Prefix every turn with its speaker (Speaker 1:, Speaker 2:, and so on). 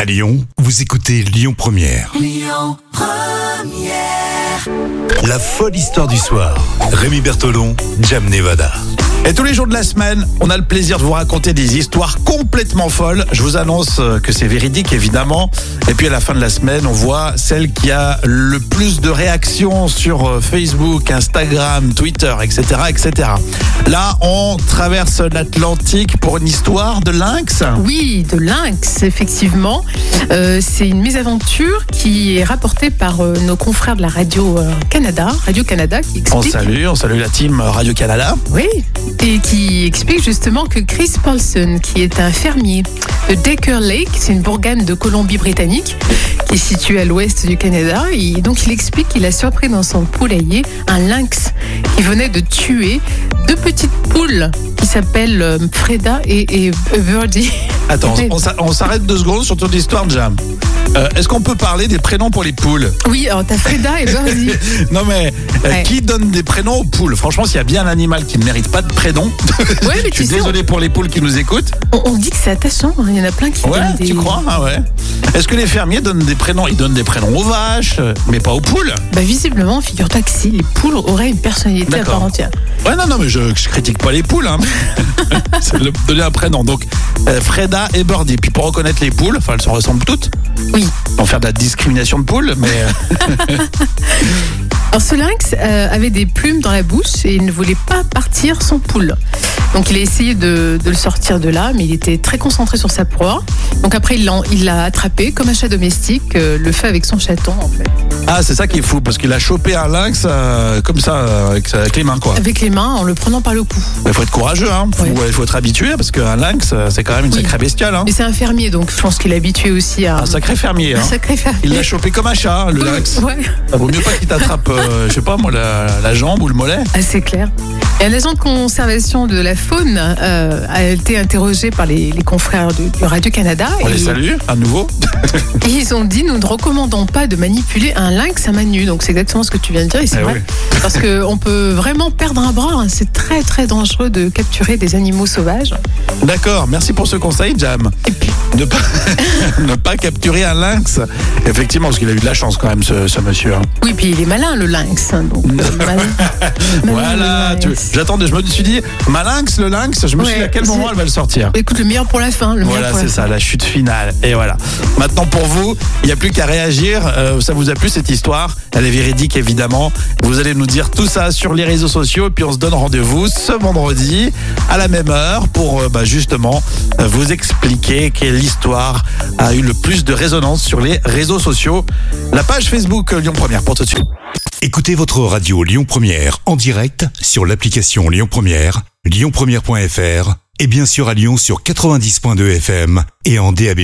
Speaker 1: À Lyon, vous écoutez Lyon Première. Lyon Première. La folle histoire du soir. Rémi Bertolon, Jam Nevada.
Speaker 2: Et tous les jours de la semaine, on a le plaisir de vous raconter des histoires complètement folles. Je vous annonce euh, que c'est véridique, évidemment. Et puis à la fin de la semaine, on voit celle qui a le plus de réactions sur euh, Facebook, Instagram, Twitter, etc., etc. Là, on traverse l'Atlantique pour une histoire de lynx.
Speaker 3: Oui, de lynx, effectivement. Euh, c'est une mésaventure qui est rapportée par euh, nos confrères de la radio euh, Canada, Radio Canada, qui
Speaker 2: On
Speaker 3: explique,
Speaker 2: salue, on salue la team Radio Canada.
Speaker 3: oui, et qui explique justement que Chris Paulson, qui est un fermier de Decker Lake, c'est une bourgane de Colombie-Britannique qui est située à l'ouest du Canada, et donc il explique qu'il a surpris dans son poulailler un lynx qui venait de tuer deux petites poules qui s'appellent euh, Freda et, euh, et Birdie.
Speaker 2: Attends, on s'a- on s'arrête deux secondes sur ton histoire, Jam. Euh, Est-ce qu'on peut parler des prénoms pour les poules
Speaker 3: Oui, alors t'as Freda et Birdie.
Speaker 2: Non mais euh,
Speaker 3: Ouais.
Speaker 2: qui donne des prénoms aux poules Franchement, s'il y a bien un animal qui ne mérite pas de prénom,
Speaker 3: Ouais, mais
Speaker 2: je suis
Speaker 3: tu sais,
Speaker 2: désolé pour les poules qui nous écoutent.
Speaker 3: On, on dit que c'est attachant, hein. il y en a plein qui
Speaker 2: Ouais,
Speaker 3: donnent des...
Speaker 2: tu crois Ah ouais. Est-ce que les fermiers donnent des prénoms Ils donnent des prénoms aux vaches, euh, mais pas aux poules.
Speaker 3: Bah visiblement, figure-toi que si, les poules auraient une personnalité à
Speaker 2: D'accord.
Speaker 3: part entière.
Speaker 2: Ouais, non, non, mais je, je critique pas les poules. Hein. C'est de leur donner un prénom. Donc, euh, Freda et Birdie. Puis pour reconnaître les poules, enfin, elles se ressemblent toutes.
Speaker 3: Oui.
Speaker 2: Sans faire de la discrimination de poules, mais euh,
Speaker 3: Alors ce lynx euh, avait des plumes dans la bouche et il ne voulait pas partir sans poule. Donc il a essayé de, de le sortir de là, mais il était très concentré sur sa proie. Donc après, il l'en- il l'a attrapé comme un chat domestique, euh, le fait avec son chaton en fait.
Speaker 2: ah, c'est ça qui est fou parce qu'il a chopé un lynx euh, comme ça euh, avec, sa- avec les mains, quoi.
Speaker 3: Avec les mains, en le prenant par le cou.
Speaker 2: Il faut être courageux, hein. Faut-
Speaker 3: Ouais.
Speaker 2: il faut être habitué parce qu'un lynx, euh, c'est quand même une
Speaker 3: Oui.
Speaker 2: sacrée bestiale. Hein.
Speaker 3: Mais c'est un fermier, donc je pense qu'il est habitué aussi à...
Speaker 2: Un sacré fermier.
Speaker 3: Un
Speaker 2: Hein.
Speaker 3: sacré fermier.
Speaker 2: Il l'a chopé comme un chat, le lynx.
Speaker 3: Ouais.
Speaker 2: Ça vaut mieux pas qu'il t'attrape, euh, je sais pas moi, la, la jambe ou le mollet.
Speaker 3: Ah, c'est clair. Et un agent de conservation de la faune euh, a été interrogé par les, les confrères de- du Radio-Canada.
Speaker 2: On
Speaker 3: et,
Speaker 2: les salue à nouveau.
Speaker 3: et ils ont dit nous ne recommandons pas de manipuler un lynx à main nue. Donc c'est exactement ce que tu viens de dire et c'est
Speaker 2: Eh
Speaker 3: vrai. Parce qu'on peut vraiment perdre un bras. hein. C'est très très dangereux de capturer des animaux sauvages.
Speaker 2: D'accord, merci pour ce conseil, Jam.
Speaker 3: Et puis,
Speaker 2: Ne pas, ne pas capturer un lynx. Effectivement, parce qu'il a eu de la chance quand même, ce, ce monsieur. hein.
Speaker 3: oui, puis il est malin le lynx. hein, donc, euh, malin- malin,
Speaker 2: Voilà,
Speaker 3: le
Speaker 2: tu-
Speaker 3: lynx.
Speaker 2: j'attendais, je me suis dit, ma lynx, le lynx, je me suis dit
Speaker 3: Ouais,
Speaker 2: à quel moment
Speaker 3: c'est-
Speaker 2: elle va le sortir.
Speaker 3: Écoute, le meilleur pour la fin. Le meilleur
Speaker 2: Voilà,
Speaker 3: pour la
Speaker 2: c'est
Speaker 3: fin.
Speaker 2: ça, la chute finale. Et voilà. Maintenant, pour vous, il n'y a plus qu'à réagir. Euh, ça vous a plu cette histoire Elle est véridique, évidemment. Vous allez nous dire tout ça sur les réseaux sociaux. Et puis, on se donne rendez-vous ce vendredi à la même heure pour euh, bah, justement euh, vous expliquer quelle histoire a eu le plus de résonance sur les réseaux sociaux. La page Facebook euh, Lyon Première pour tout de suite.
Speaker 1: Écoutez votre radio Lyon Première en direct sur l'application Lyon Première, lyonpremière.fr et bien sûr à Lyon sur 90.2 FM et en DAB+.